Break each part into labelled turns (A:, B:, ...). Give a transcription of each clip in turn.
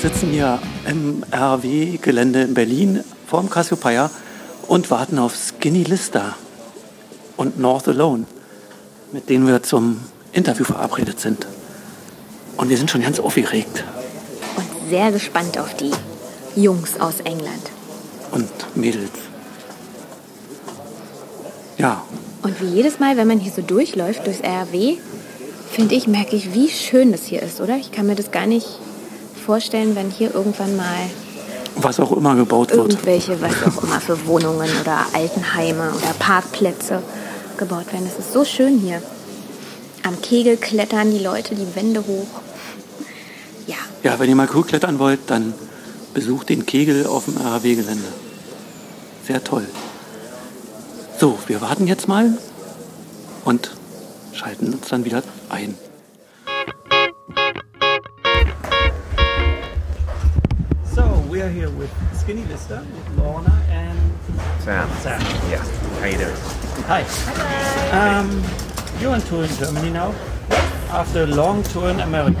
A: sitzen hier im RW-Gelände in Berlin vorm Cassiopeia und warten auf Skinny Lister und North Alone, mit denen wir zum Interview verabredet sind. Und wir sind schon ganz aufgeregt
B: und sehr gespannt auf die Jungs aus England.
A: und Mädels. Ja,
B: Und wie jedes Mal, wenn man hier so durchläuft durchs RW, finde ich, merke ich, wie schön das hier ist, oder? Ich kann mir das gar nicht vorstellen, wenn hier irgendwann mal
A: was auch immer gebaut wird.
B: irgendwelche, was auch immer, für Wohnungen oder Altenheime oder Parkplätze gebaut werden. Das ist so schön hier. Am Kegel klettern die Leute die Wände hoch. Ja,
A: Ja, wenn ihr mal cool klettern wollt, dann besucht den Kegel auf dem RAW-Gelände. Sehr toll. So, wir warten jetzt mal und schalten uns dann wieder ein.
C: So we are here with Skinny Lister, with Lorna, and
D: Sam.
C: Sam.
D: Yeah. How you doing?
C: Hi. Um, you're on tour in Germany now, after a long tour in America.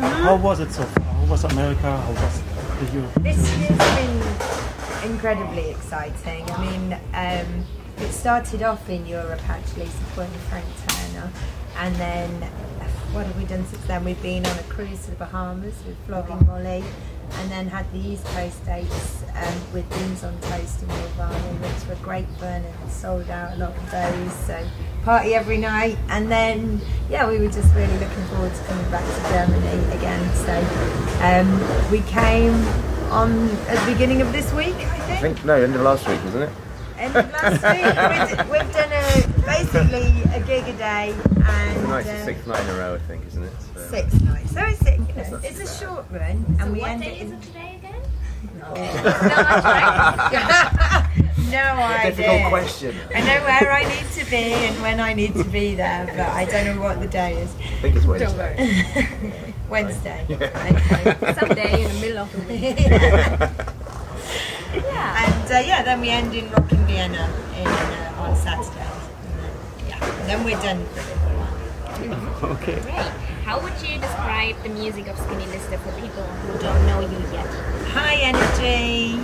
C: How was it so far? How was America? How was the Europe?
E: This year's been incredibly exciting. I mean, um, it started off in Europe actually, supporting Frank Turner, and then what have we done since then? We've been on a cruise to the Bahamas with Flogging Molly, and then had the East Coast dates um, with Beans on Toast in Mulvani, which were great fun and sold out a lot of those. So party every night, and then yeah, we were just really looking forward to coming back to Germany again. So um, we came on at the beginning of this week, I
D: I
E: think.
D: think no, end of last week, wasn't it?
E: End of last week, we've, we've done a, basically a gig a day and
D: Nice,
E: um,
D: six night in a row, I think, isn't it? So-
E: six nights. So it's, you know, it's a short run, and we end it in
F: today again?
E: no idea.
D: Difficult question.
E: I know where I need to be and when I need to be there, but I don't know what the day is.
D: I think it's Wednesday.
E: Wednesday. Okay.
B: someday in the middle of the
E: And uh, yeah, then we end in Rock in Vienna in, uh, on Saturday. Yeah, and then we're done for the
C: Okay.
F: Great. How would you describe the music of Skinny Lister for people who don't know you yet?
E: high energy,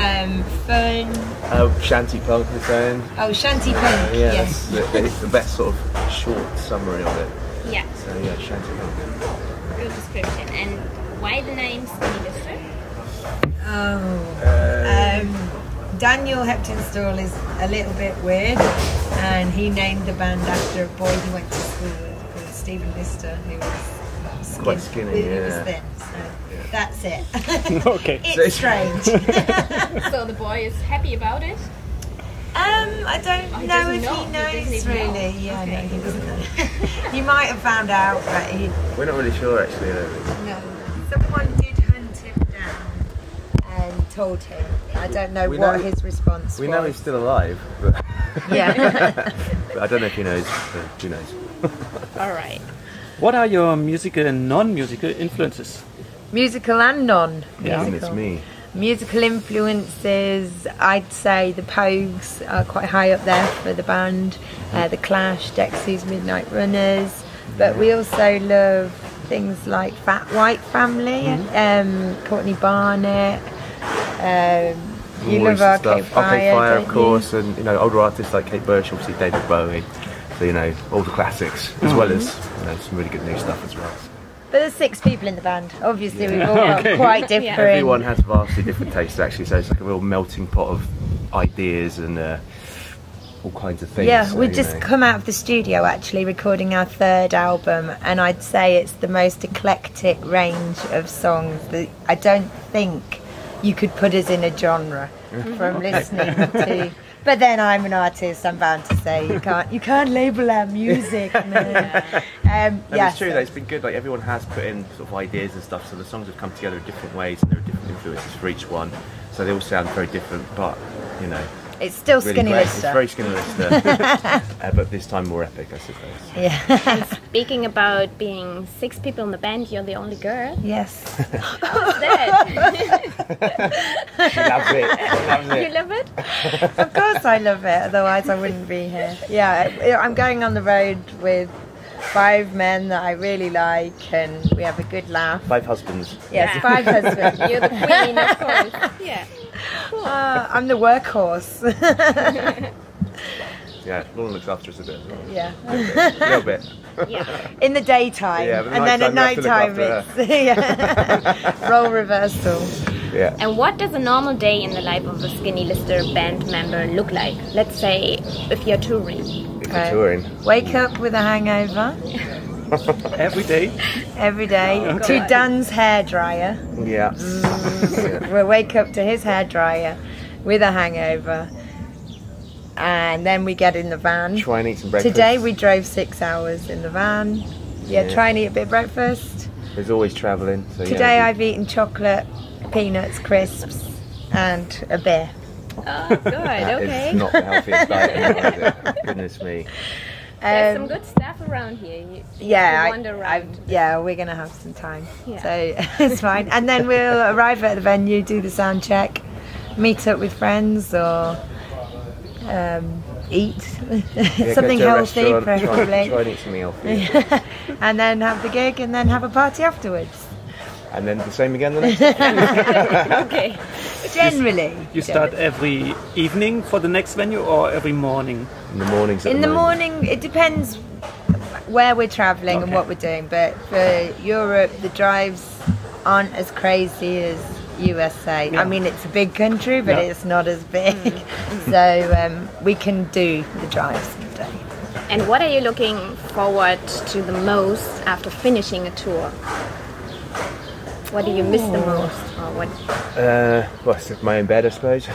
E: um, fun.
D: Oh, shanty punk the same.
E: Oh, shanty punk.
D: Yeah,
E: yes.
D: that's the, it's the best sort of short summary of it.
F: Yeah,
D: So yeah, shanty punk.
F: good description. And why the name Skinny Lister?
E: Oh. Um, Daniel Hepton-Stall is a little bit weird, and he named the band after a boy he went to school with called Stephen Lister, who was skin-
D: Quite skinny,
E: He was
D: yeah.
E: thin, so that's it.
C: Okay.
E: it's strange.
F: So the boy is happy about it.
E: Um, I don't
F: he
E: know
F: doesn't
E: if
F: know.
E: he
F: He
E: knows
F: doesn't even
E: really.
F: know.
E: Yeah,
F: Okay.
E: no, he doesn't know. he might have found out, but he
D: We're not really sure actually. I don't think.
E: no. Someone did hunt him down and told him. I don't know
D: We
E: what
D: know-
E: his response
D: We
E: was.
D: know he's still alive, but,
E: yeah.
D: but I don't know if he knows. So who knows?
F: All right.
C: What are your musical and non-musical influences?
E: Musical and non.
C: Yeah.
D: Even it's me.
E: Musical influences, I'd say the Pogues are quite high up there for the band, uh, the Clash, Dexys, Midnight Runners, but we also love things like Fat White Family,
D: Mm-hmm.
E: um, Courtney Barnett, um, you
D: All
E: love
D: recent
E: Arcade
D: stuff.
E: Fire,
D: Arcade Fire,
E: don't
D: of
E: you?
D: course, and you know older artists like Kate Bush, obviously David Bowie. So you know all the classics,
E: Mm.
D: as well as you know, some really good new stuff as well.
E: But there's six people in the band. Obviously, we've all got quite different.
D: Everyone has vastly different tastes, actually. So it's like a real melting pot of ideas and uh, all kinds of things.
E: Yeah,
D: so,
E: we've
D: you
E: just
D: know.
E: come out of the studio actually recording our third album, and I'd say it's the most eclectic range of songs that I don't think you could put us in a genre
D: Mm-hmm.
E: from listening to. But then I'm an artist, I'm bound to say you can't you can't label our music. man. Um,
D: And
E: yeah,
D: it's true
E: so-
D: though. It's been good. Like everyone has put in sort of ideas and stuff, so the songs have come together in different ways, and there are different influences for each one. So they all sound very different, but you know,
E: It's still
D: really
E: skinny
D: great.
E: Lister.
D: It's very skinny lister, uh, but this time more epic, I suppose.
E: yeah.
F: Speaking about being six people in the band, you're the only girl.
E: yes.
F: That
D: She loves it. She loves
F: you
D: it.
F: love it.
E: of course I love it. Otherwise, I wouldn't be here. Yeah, I- I'm going on the road with five men that I really like, and we have a good laugh.
G: Five husbands.
E: Yes,
B: Yeah.
E: five husbands.
B: You're the queen, of course. Yeah.
E: Uh, I'm the workhorse.
G: Yeah, Lauren looks after us a bit. as well.
E: yeah.
G: A little bit.
B: Yeah.
E: In the daytime,
G: Yeah, but
E: and then at night
G: nighttime
E: time
G: we have
E: it's yeah. role reversal.
G: Yeah.
B: And what does a normal day in the life of a Skinny Lister band member look like? Let's say if you're touring.
G: If
E: Okay.
G: you're touring.
E: Wake up with a hangover
C: Every day.
E: every day
G: Oh,
E: to Dan's hairdryer.
G: Yeah.
E: Mm. We'll wake up to his hairdryer with a hangover, and then we get in the van.
G: Try and eat some breakfast.
E: Today we drove six hours in the van. Yeah,
G: Yeah.
E: try and eat a bit of breakfast.
G: There's always travelling. So
E: Today
G: yeah,
E: I've eaten chocolate, peanuts, crisps, and a beer.
B: Oh, good.
G: that is not the healthiest diet. in the world, is it? Goodness me.
B: There's some
E: Um,
B: good stuff around here. You,
E: yeah,
B: you
E: I-
B: wander
E: I-
B: around.
E: yeah, we're gonna have some time,
B: Yeah.
E: so it's fine. And then we'll arrive at the venue, do the sound check, meet up with friends, or um, eat
G: Yeah, go
E: something
G: to a
E: healthy,
G: restaurant, try-
E: preferably,
G: Try and eat something healthy.
E: and then have the gig, and then have a party afterwards.
G: And then the same again the next day.
B: okay.
E: Generally,
C: You start every evening for the next venue or every morning?
G: In the mornings. at
E: in the
G: moment.
E: morning. It depends where we're traveling and
C: Okay.
E: what we're doing, but for Europe, the drives aren't as crazy as USA. I
C: Yeah.
E: mean, it's a big country, but
C: Yeah. Mm.
E: it's not as big, so um, we can do the drives in the day.
B: And what are you looking forward to the most after finishing a tour? What do you miss the most? Or what?
G: Uh, well, it's my own bed, I suppose.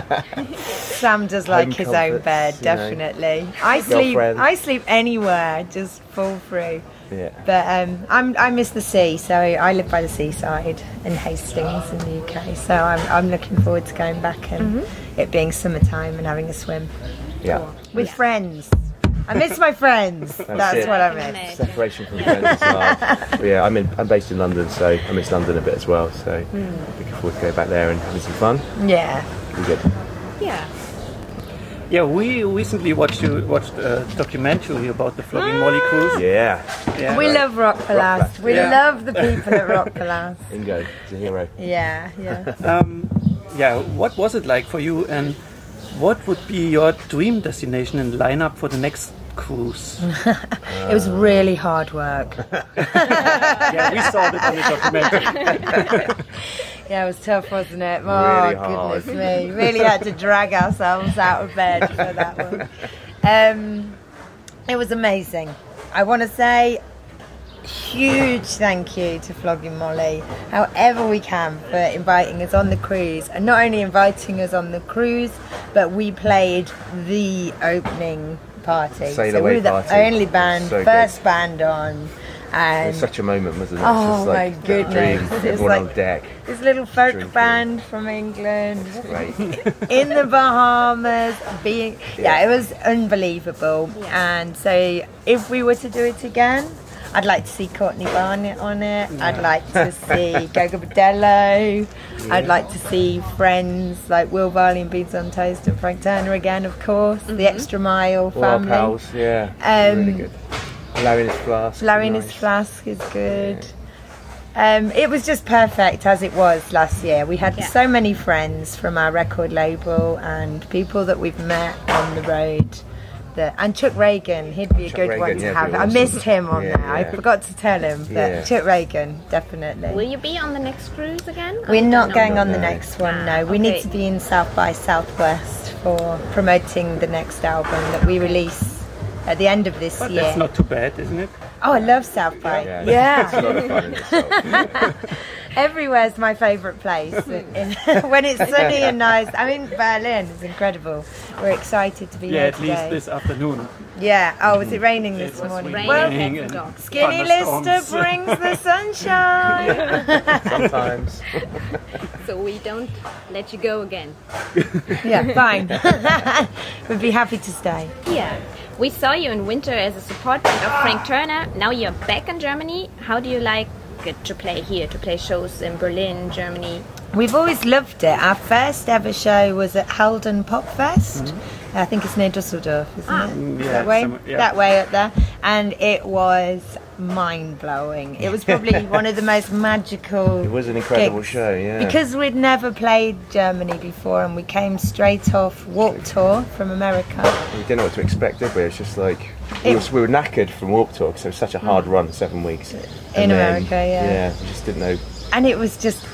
E: Sam does like his own
G: comforts,
E: bed,
G: you know.
E: definitely. I sleep.
G: Girlfriend.
E: I sleep anywhere, just full through.
G: Yeah.
E: But um, I'm, I miss the sea, so I live by the seaside in Hastings in the UK. So I'm, I'm looking forward to going back and it being summertime and having a swim
G: Yeah.
E: with friends. I miss my friends. That's,
G: it.
E: what I miss.
G: Separation from friends as well. But yeah, I'm in, I'm based in London, so I miss London a bit as well. So
E: Hmm.
G: looking forward to going back there and having some fun.
E: Yeah.
G: It'll be good.
B: Yeah.
C: Yeah, we recently watched you watched a documentary about the Flogging Molly cruise.
G: Yeah.
C: Yeah.
E: we love Rock Palace.
G: Palace,
E: We
C: yeah.
E: love the people at Rock Palace.
G: Ingo is a hero.
E: Yeah, yeah.
C: Um, Yeah, what was it like for you and what would be your dream destination and lineup for the next cruise?
E: it was
G: Uh.
E: really hard work.
C: yeah, we saw that on the documentary.
E: Yeah, it was tough, wasn't it? Oh,
G: Really hard.
E: goodness me. Really had to drag ourselves out of bed for that one. Um, it was amazing. I want to say huge thank you to Flogging Molly, however we can, for inviting us on the cruise. And not only inviting us on the cruise, but we played the opening party.
G: Sail
E: so
G: Away
E: we were the
G: party.
E: only band,
G: So good.
E: first band on.
G: It
E: And
G: was such a moment, wasn't it?
E: Oh
G: Just like
E: my
G: the
E: goodness.
G: Dream.
E: It was
G: Everyone
E: like-
G: on deck.
E: this little folk
G: Drinking.
E: band from England.
G: Great.
E: in the Bahamas, being yeah, it was unbelievable. And so, if we were to do it again, I'd like to see Courtney Barnett on it. I'd like to see Gogo Bordello. I'd like to see friends like Will Barley and Beans on Toast and Frank Turner again, of course. The Extra Mile
G: All our
E: family.
G: pals. Yeah.
E: Um,
G: really good. Larry's flask.
E: Larina's
G: nice.
E: flask is good. Um, it was just perfect as it was last year. We had so many friends from our record label and people that we've met on the road. That, and Chuck Reagan, he'd be a
G: Chuck
E: good one
G: Reagan,
E: to
G: yeah,
E: have.
G: be
E: I
G: awesome.
E: missed him on
G: Yeah,
E: there. I
G: yeah.
E: forgot to tell him, but
G: Yeah.
E: Chuck Reagan, definitely.
B: Will you be on the next cruise again?
E: We're not
B: No.
E: going on the
G: No.
E: next one, no. We need
B: okay.
E: to be in South by Southwest for promoting the next album that we release at the end of this
C: But
E: year.
C: that's not too bad, isn't it?
E: oh, I love South by.
G: Yeah.
E: yeah.
G: It's a lot of fun in itself.
E: Everywhere's my favourite place. when it's sunny and nice, I mean Berlin is incredible. We're excited to be
C: Yeah,
E: here
C: at least
E: today.
C: this afternoon.
E: yeah. Oh, was it raining this
C: was
E: morning?
B: raining.
E: Well,
C: raining
B: Well,
C: and
E: Skinny
C: thunderstorms.
E: Lister brings the sunshine.
G: Sometimes.
B: So we don't let you go again.
E: yeah, fine. We'd be happy to stay.
B: Yeah. We saw you in winter as a support band of Frank Turner. Now you're back in Germany. How do you like get to play here, to play shows in Berlin, Germany.
E: We've always loved it. Our first ever show was at Halden Pop Fest.
C: Hmm.
E: I think it's near Dusseldorf, isn't
C: Ah.
E: it?
C: yeah,
E: that way,
C: somewhere- yeah.
E: that way up there. And it was mind blowing. It was probably one of the most magical.
D: It was an incredible
E: gigs.
D: show, yeah.
E: Because we'd never played Germany before, and we came straight off Warped Tour from America.
D: We didn't know what to expect, did we? It was just like we,
E: It- Mm.
D: was, we were knackered from Warp Tour because it was such a hard run, seven weeks
E: In America, yeah.
D: Yeah, we just didn't know.
E: and it was just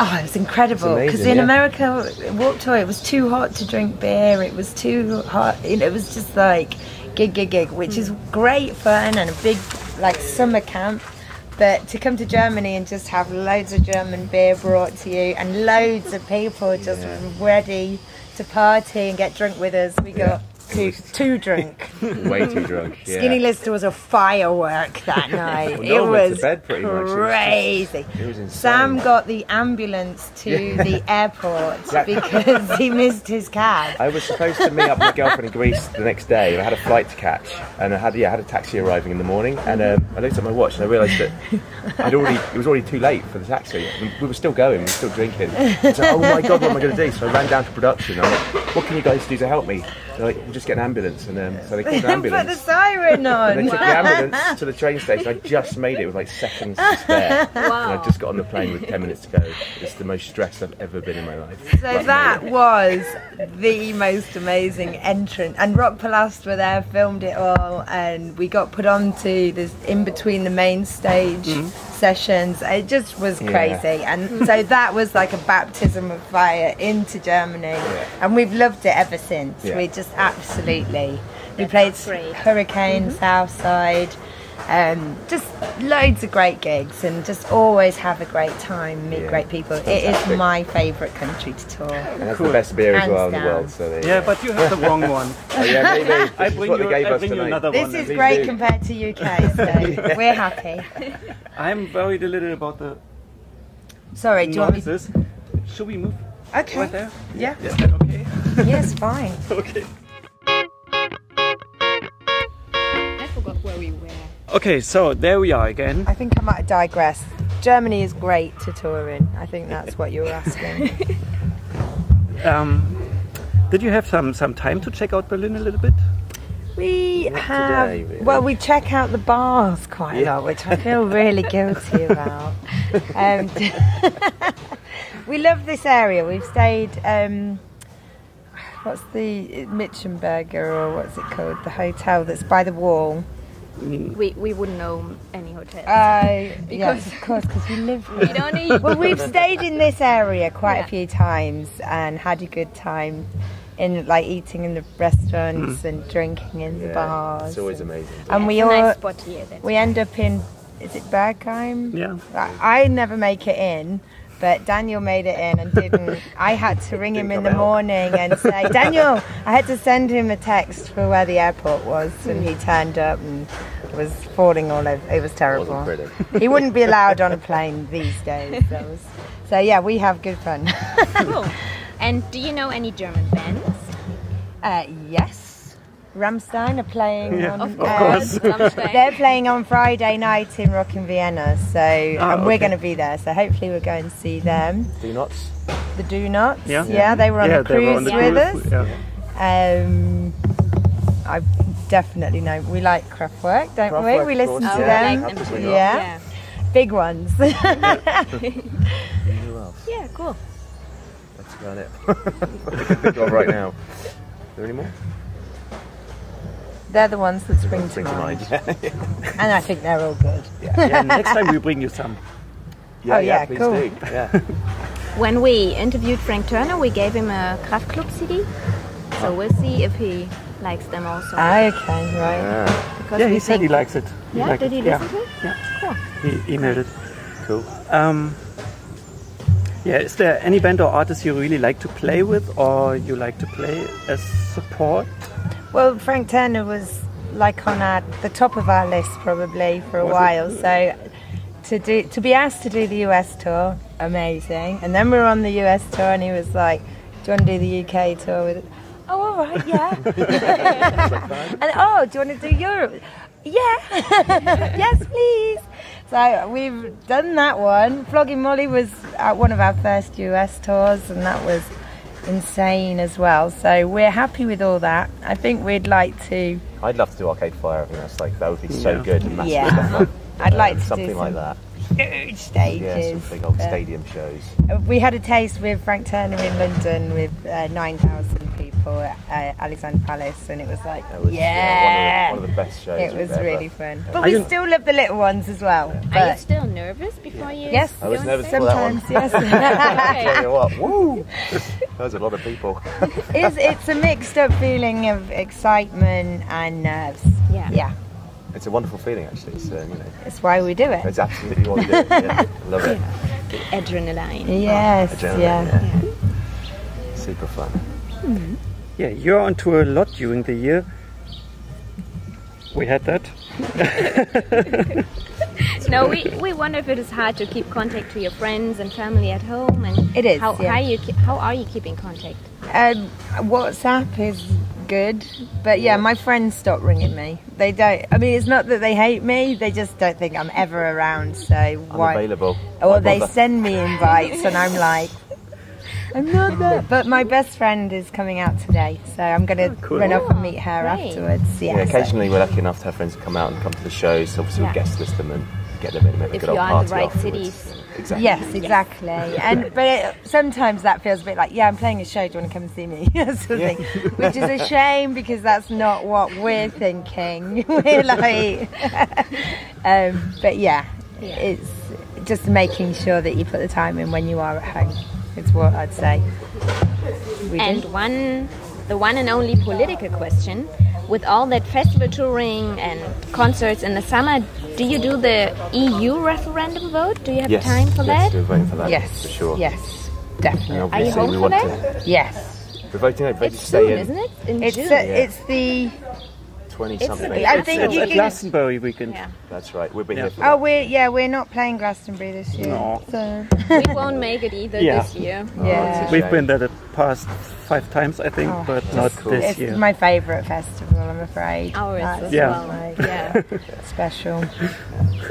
E: oh it was incredible
D: It's
E: because
D: amazing,
E: in
D: yeah.
E: america walked away it was too hot to drink beer it was too hot it it was just like gig gig gig which is great fun and a big like summer camp but to come to Germany and just have loads of German beer brought to you and loads of people just ready to party and get drunk with us, we got too, too drunk.
D: Way too drunk. Yeah.
E: Skinny Lister was a firework that night.
D: Well, no
E: it
D: one went to
E: was
D: bed pretty much. It was just-
E: crazy.
D: it was insane.
E: Sam got the ambulance to the airport because he missed his cab.
D: I was supposed to meet up with my girlfriend in Greece the next day. but I had a flight to catch, and I had yeah, I had a taxi arriving in the morning. And um, I looked at my watch and I realised that I'd already it was already too late for the taxi. We, we were still going, we were still drinking. I was like, oh my god, what am I going to do? So I ran down to production. I'm like, what can you guys do to help me? They're like, we'll just get an ambulance, and um, so they called an
E: Put the
D: ambulance.
E: siren
D: And they
E: on.
D: took the ambulance to the train station. I just made it with like seconds to spare. And I just got on the plane with 10 minutes to go. It's the most stressed I've ever been in my life.
E: So that was the most amazing entrance. And Rock Palast were there, filmed it all, and we got put onto this in between the main stage sessions. It just was
D: Mm-hmm. Yeah.
E: crazy. And so that was like a baptism of fire into Germany. And we've loved it ever since.
D: Yeah.
E: We just absolutely. We played
B: upgrade.
E: Hurricane, Southside. Um, just loads of great gigs and just always have a great time, meet
D: Yeah.
E: great people. It
D: Fantastic.
E: is my favourite country to tour.
D: And that's the best beer as
E: Hands
D: well in the
E: down.
D: world. So there you
C: Yeah,
D: go.
C: but you have the wrong one.
D: Oh, yeah, maybe. This
C: I
D: is
C: bring
D: what
C: you,
D: they gave
C: I
D: us
C: bring you
D: tonight.
C: another
E: This
C: one.
E: is
D: please
E: great
D: do.
E: compared to UK, so we're happy.
C: I'm worried a little about the
E: Sorry, do you want me?
C: noises. Should we move
E: Okay.
C: right there?
E: Yeah.
C: Is that okay?
E: Yes, fine.
C: okay.
B: I forgot where we were.
C: Okay, so there we are again.
E: I think I might digress. Germany is great to tour in. I think that's what you were asking.
C: Um, did you have some, some time to check out Berlin a little bit?
E: We have.
D: today, really.
E: Well, we check out the bars quite a lot, which I feel really guilty about. Um, we love this area. We've stayed. Um, what's the Mitchenberger or what's it called? The hotel that's by the wall.
B: We, we wouldn't know any hotel.
E: Uh,
B: Because-
E: yes, of course, because we live
B: we don't need.
E: well, we've stayed in this area quite
B: Yeah.
E: a few times and had a good time in like eating in the restaurants and drinking in the
D: Hmm. Yeah,
E: bars.
D: it's always amazing.
E: and we
B: it's
E: all
B: a nice spot here. Then.
E: we end up in is it Bergheim?
C: Yeah.
E: I, I never make it in. But Daniel made it in and didn't. I had to ring him
D: Didn't
E: in the
D: come out.
E: morning and say, Daniel, I had to send him a text for where the airport was, and he turned up and was falling all over. It was terrible.
D: Wasn't pretty.
E: He wouldn't be allowed on a plane these days. That was- so yeah, we have good fun.
B: Cool. Oh. And do you know any German bands?
E: Uh, yes, Ramstein are playing. on,
B: Of
E: uh,
B: course.
E: They're playing on Friday night in Rock in Vienna, so
B: Ah,
E: and we're
C: okay.
E: going to be there. So hopefully we'll go and see them.
D: Do nots.
E: The Do Nots,
C: Yeah.
E: they were on
C: yeah,
E: the cruise
C: they were on the
E: with
C: cruise.
E: us.
C: Yeah.
E: Um, I definitely know we like Kraftwerk, don't
D: Kraftwerk,
E: we? We
D: of
E: listen
D: course,
E: to
D: yeah.
E: them.
B: like them
D: Absolutely.
B: too.
E: Yeah.
B: yeah.
E: Big ones.
B: Yeah, cool.
D: That's about it. Good job right now. Are there any more?
E: they're the ones that spring to
D: Bring to
E: mind,
D: mind. Yeah,
E: and I think they're all good.
C: yeah, next time we bring you some.
E: Oh, yeah,
D: please
E: cool.
D: do. Yeah.
B: When we interviewed Frank Turner, we gave him a Kraft Club CD. So we'll see if he likes them also.
E: Ah, okay, right.
B: Because
C: Yeah,
B: we
C: he said he
B: think-
C: likes it. He
B: Yeah,
C: liked
B: did
C: it.
B: he
C: yeah.
B: listen to it?
C: He emailed it.
D: Cool.
C: Um, yeah, is there any band or artist you really like to play with or you like to play as support?
E: Well, Frank Turner was like on our, the top of our list probably for a while. So to do to be asked to do the US tour, amazing. And then we were on the US tour, and he was like, "Do you want to do the UK tour with?" Oh, all right, yeah. and oh, do you want to do Europe? Yeah, yes, please. So we've done that one. Flogging Molly was at one of our first US tours, and that was insane as well. So we're happy with all that. I think we'd like to.
D: I'd love to do Arcade Fire. I think that's like that would be so
C: Yeah.
D: good and massive.
E: Yeah.
D: doesn't it?
E: I'd
D: Um,
E: like to do
D: something like that.
E: some- Huge
D: Yeah,
E: stages.
D: some big old
E: but- uh,
D: stadium shows.
E: We had a taste with Frank Turner in London with uh, 9,000 people at uh, Alexander Palace, and it was like,
D: That was,
E: yeah!
D: yeah, one, of the, one of the best shows.
E: it
D: we've
E: was
D: ever-
E: really fun. But
C: I
E: we
C: didn't-
E: still love the little ones as well.
B: Are you
E: But
B: still nervous before you?
E: yes,
D: I was
B: go
D: nervous
B: inside?
D: for that one.
E: sometimes, yes.
D: I tell you what, woo! That was a lot of people.
E: it's, it's a mixed up feeling of excitement and nerves.
B: Yeah.
E: Yeah,
D: It's a wonderful feeling, actually. It's, uh, you know,
E: that's why we do it.
D: it's absolutely what we do. Yeah, I love it.
B: Adrenaline.
E: Yes,
D: Adrenaline,
E: yeah.
D: yeah. Super fun.
C: Yeah, you're on tour a lot during the year. We had that.
B: No, we, we wonder if it is hard to keep contact to your friends and family at home, and
E: It is,
B: How,
E: yeah.
B: how you ke- how are you keeping contact?
E: Um, WhatsApp is good, but yeah, my friends stop ringing me. They don't. I mean, it's not that they hate me; they just don't think I'm ever around. So why?
D: Unavailable. Why
E: Or they
D: bother?
E: send me invites, and I'm like, I'm not there. But my best friend is coming out today, so I'm gonna
D: cool.
E: run up and meet her
B: Great.
E: afterwards. Oh, Yeah.
D: Yeah,
E: so-
D: occasionally we're lucky enough to have friends come out and come to the shows. Obviously,
B: Yeah.
D: we guest list them and get them in and have a
B: If
D: good old
B: you're in
D: party
B: the right
D: afterwards.
B: cities.
D: Exactly.
E: Yes, exactly. And but it, sometimes that feels a bit like, yeah, I'm playing a show. Do you want to come and see me? sort of thing. Which is a shame because that's not what we're thinking. we're like, um, but yeah, it's just making sure that you put the time in when you are at home. Is what I'd say. We
B: And one, the one and only political question: With all that festival touring and concerts in the summer, do you do the EU referendum vote? Do you have
D: Yes.
B: time for
D: yes,
B: that?
D: We're voting for that.
E: yes,
D: For sure.
E: yes,
D: And
E: definitely,
B: Are you
D: obviously,
B: home
D: we
B: for
D: want
B: that?
D: to.
E: yes.
D: We're voting out. voting
B: It's
D: to stay
B: soon,
D: in
B: isn't it? In
E: It's
B: June.
E: the, it's the
D: 20
B: It's
D: something.
B: a bit-
E: I think
C: It's
E: you
C: at
E: can-
C: Glastonbury weekend.
B: yeah.
D: That's right. We've been
C: Yeah.
D: here for
E: oh
D: that.
E: we're yeah we're not playing Glastonbury this year.
C: No.
E: So
B: we won't make it either
C: Yeah.
B: this year.
E: yeah.
D: it's a
C: We've
D: shame.
C: been there the past five times, I think,
E: Oh,
C: but not
D: cool.
C: this
E: It's
C: year.
E: my favourite festival, I'm afraid.
B: Ours as
C: Yeah.
B: well. Yeah.
E: well. Special.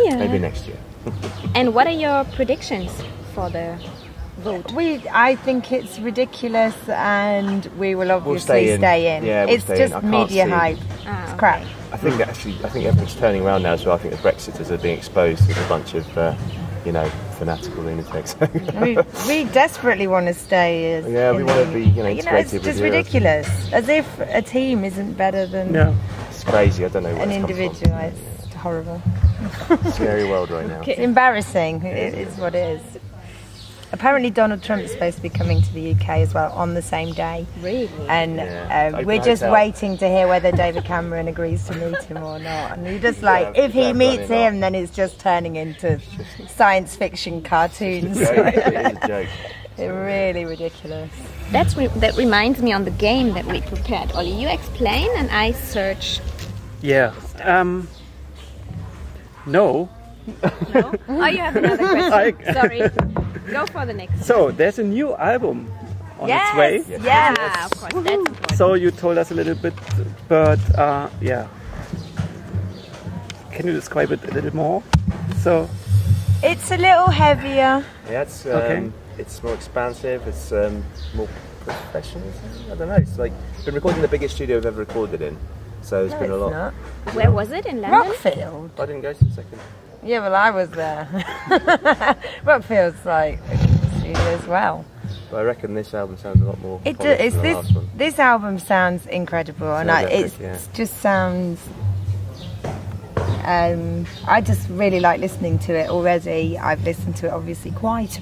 D: Maybe next year.
B: And what are your predictions for the vote?
E: We, I think it's ridiculous, and we will obviously
D: stay in. Yeah, we'll
E: it's
D: stay in.
E: just
D: I can't
E: media
D: see.
E: hype.
B: Ah,
E: it's crap.
D: I think that actually, I think everything's turning around now as well. I think the Brexiters are being exposed as a bunch of, uh, you know, fanatical lunatics.
E: we, we desperately want to stay. As,
D: Yeah, we
E: in
D: wanna
E: the-
D: be, you know,
E: it's
D: integrated with
E: just
D: Europe.
E: ridiculous. As if a team isn't better than
C: yeah.
D: it's crazy. I don't know. Where
E: an
D: it's come from.
E: individual. It's horrible.
D: Scary world right now.
E: It's embarrassing. It is what it is. Apparently, Donald Trump's supposed to be coming to the UK as well on the same day.
B: Really?
E: and
D: Yeah.
E: um,
D: Open
E: we're just
D: hotel.
E: waiting to hear whether David Cameron agrees to meet him or not. And you're just like,
D: Yeah,
E: if he
D: yeah,
E: meets
D: bloody
E: him, then it's just turning into science fiction cartoons.
D: it is a joke.
E: They're really ridiculous.
B: That's re- that reminds me on the game that we prepared. Ollie, you explain and I search.
C: Yeah. Um, no.
B: Oh, you have another question. Sorry. Go for the next.
C: So there's a new album on its way.
E: Yes,
B: Yeah,
E: yes.
B: of course. That's important.
C: So you told us a little bit, but uh, yeah. Can you describe it a little more? So
E: It's a little heavier.
D: Yeah, it's um,
C: Okay.
D: it's more expansive. It's um, more professional. I don't know. It's like been recording in the biggest studio I've ever recorded in. So it's been a lot. Oh,
E: Not.
B: Where was it in London?
E: Rockfield.
D: I didn't go to the second.
E: Yeah, well, I was there. Rockfield's like a studio as well.
D: But I reckon this album sounds a lot more.
E: It do,
D: polished
E: it's
D: than the
E: this
D: last one.
E: this album sounds incredible, and I,
D: Sounds
E: it
D: epic, yeah.
E: just sounds. Um, I just really like listening to it already. I've listened to it obviously quite a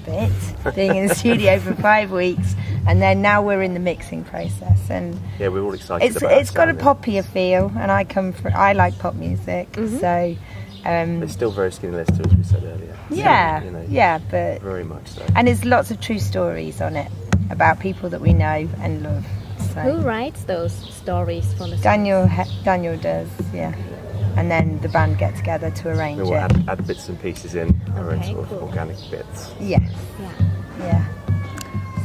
E: bit, being in the studio for five weeks, and then now we're in the mixing process, and
D: Yeah, we're all excited.
E: it's
D: about that
E: it's got a
D: sound, yeah. Mm-hmm.
E: poppier feel, and I come from I like pop music, so um,
D: It's still very skinny Lister, as we said earlier. So,
E: yeah,
D: you know,
E: yeah, but
D: Very much so.
E: and there's lots of true stories on it about people that we know and love. So.
B: Who writes those stories for the
E: Daniel he- Daniel does, yeah. And then the band get together to arrange
D: Then we'll
E: it.
D: add, add bits and pieces in, our own
B: Okay,
D: sort of
B: cool.
D: organic bits.
E: Yes,
B: Yeah.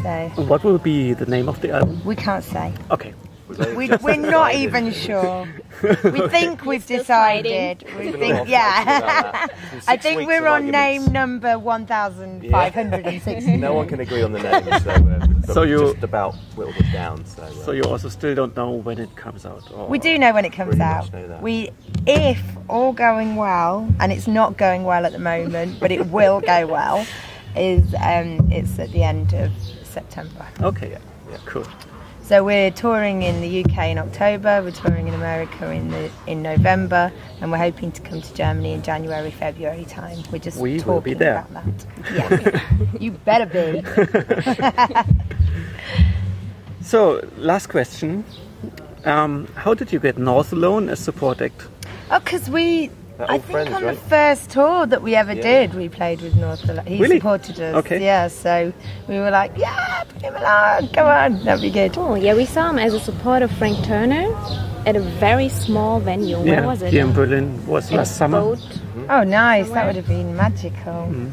E: yeah. So
C: what will be the name of the album?
E: we can't say.
C: Okay.
D: Was I
E: We,
D: just
E: we're not
D: decided?
E: even sure. We think we've decided. We think, yeah. I think we're on name number 1560.
D: No one can agree on the name, so, uh, but
C: So
D: we've
C: you-
D: just about whittled it down. So, uh,
C: So you also still don't know when it comes out. Or
E: We do know when it comes
D: Pretty much
E: out.
D: know that.
E: We, if all going well, and it's not going well at the moment, but it will go well, is um, it's at the end of September.
C: Okay, yeah, yeah, cool.
E: So we're touring in the UK in October. We're touring in America in the in November, and we're hoping to come to Germany in January, February time. We're just
C: We
E: talking
C: will be there.
E: about that. Yeah, you better be.
C: So last question: um, How did you get North Alone as support act?
E: Oh, because we.
D: They're
E: I
D: old
E: think
D: friends,
E: on
D: right?
E: the first tour that we ever
D: Yeah.
E: did, we played with North. Al- He
C: Really?
E: supported us.
C: Okay.
E: Yeah, so we were like, yeah, put him along. Come on, that'd be good.
B: Oh, yeah, we saw him as a supporter of Frank Turner at a very small venue. Where
C: yeah,
B: was it?
C: here in Berlin was
B: At
C: last summer.
B: Boat,
E: Oh, nice. That would have been magical.
C: Mm-hmm.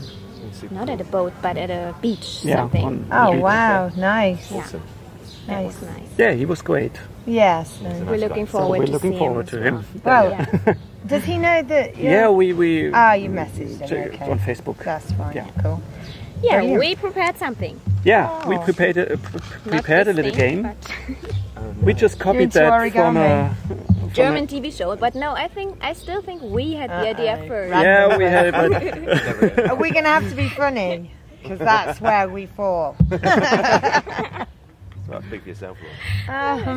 B: not at a boat, but at a beach,
C: Yeah,
B: something.
C: on-
E: Oh, wow, nice.
D: Awesome.
B: that
E: Nice.
B: was nice.
C: Yeah, he was great.
E: Yes.
B: We're looking
D: So
B: forward
C: we're
B: to
C: looking
B: see
C: forward
B: him.
C: to
B: as
C: him.
B: well.
E: Well,
B: Yeah.
E: does he know that?
C: Yeah, we we.
E: Ah, you messaged him.
C: checked
E: Okay.
C: on Facebook.
E: That's fine.
C: Yeah.
E: Cool.
B: Yeah,
E: Brilliant.
B: we prepared something.
C: Yeah, we
E: Oh.
C: prepared a, pre-
B: Not
C: prepared a
B: this
C: little
B: thing,
C: game.
B: but-
C: We just copied
E: Into
C: that from uh, a
E: origami.
C: from a-
B: German TV show, but no, I think I still think we had the idea first.
C: Yeah, we had it, but
E: Are we going to have to be funny? Because that's where we fall.
D: Well, speak for yourself. Laura.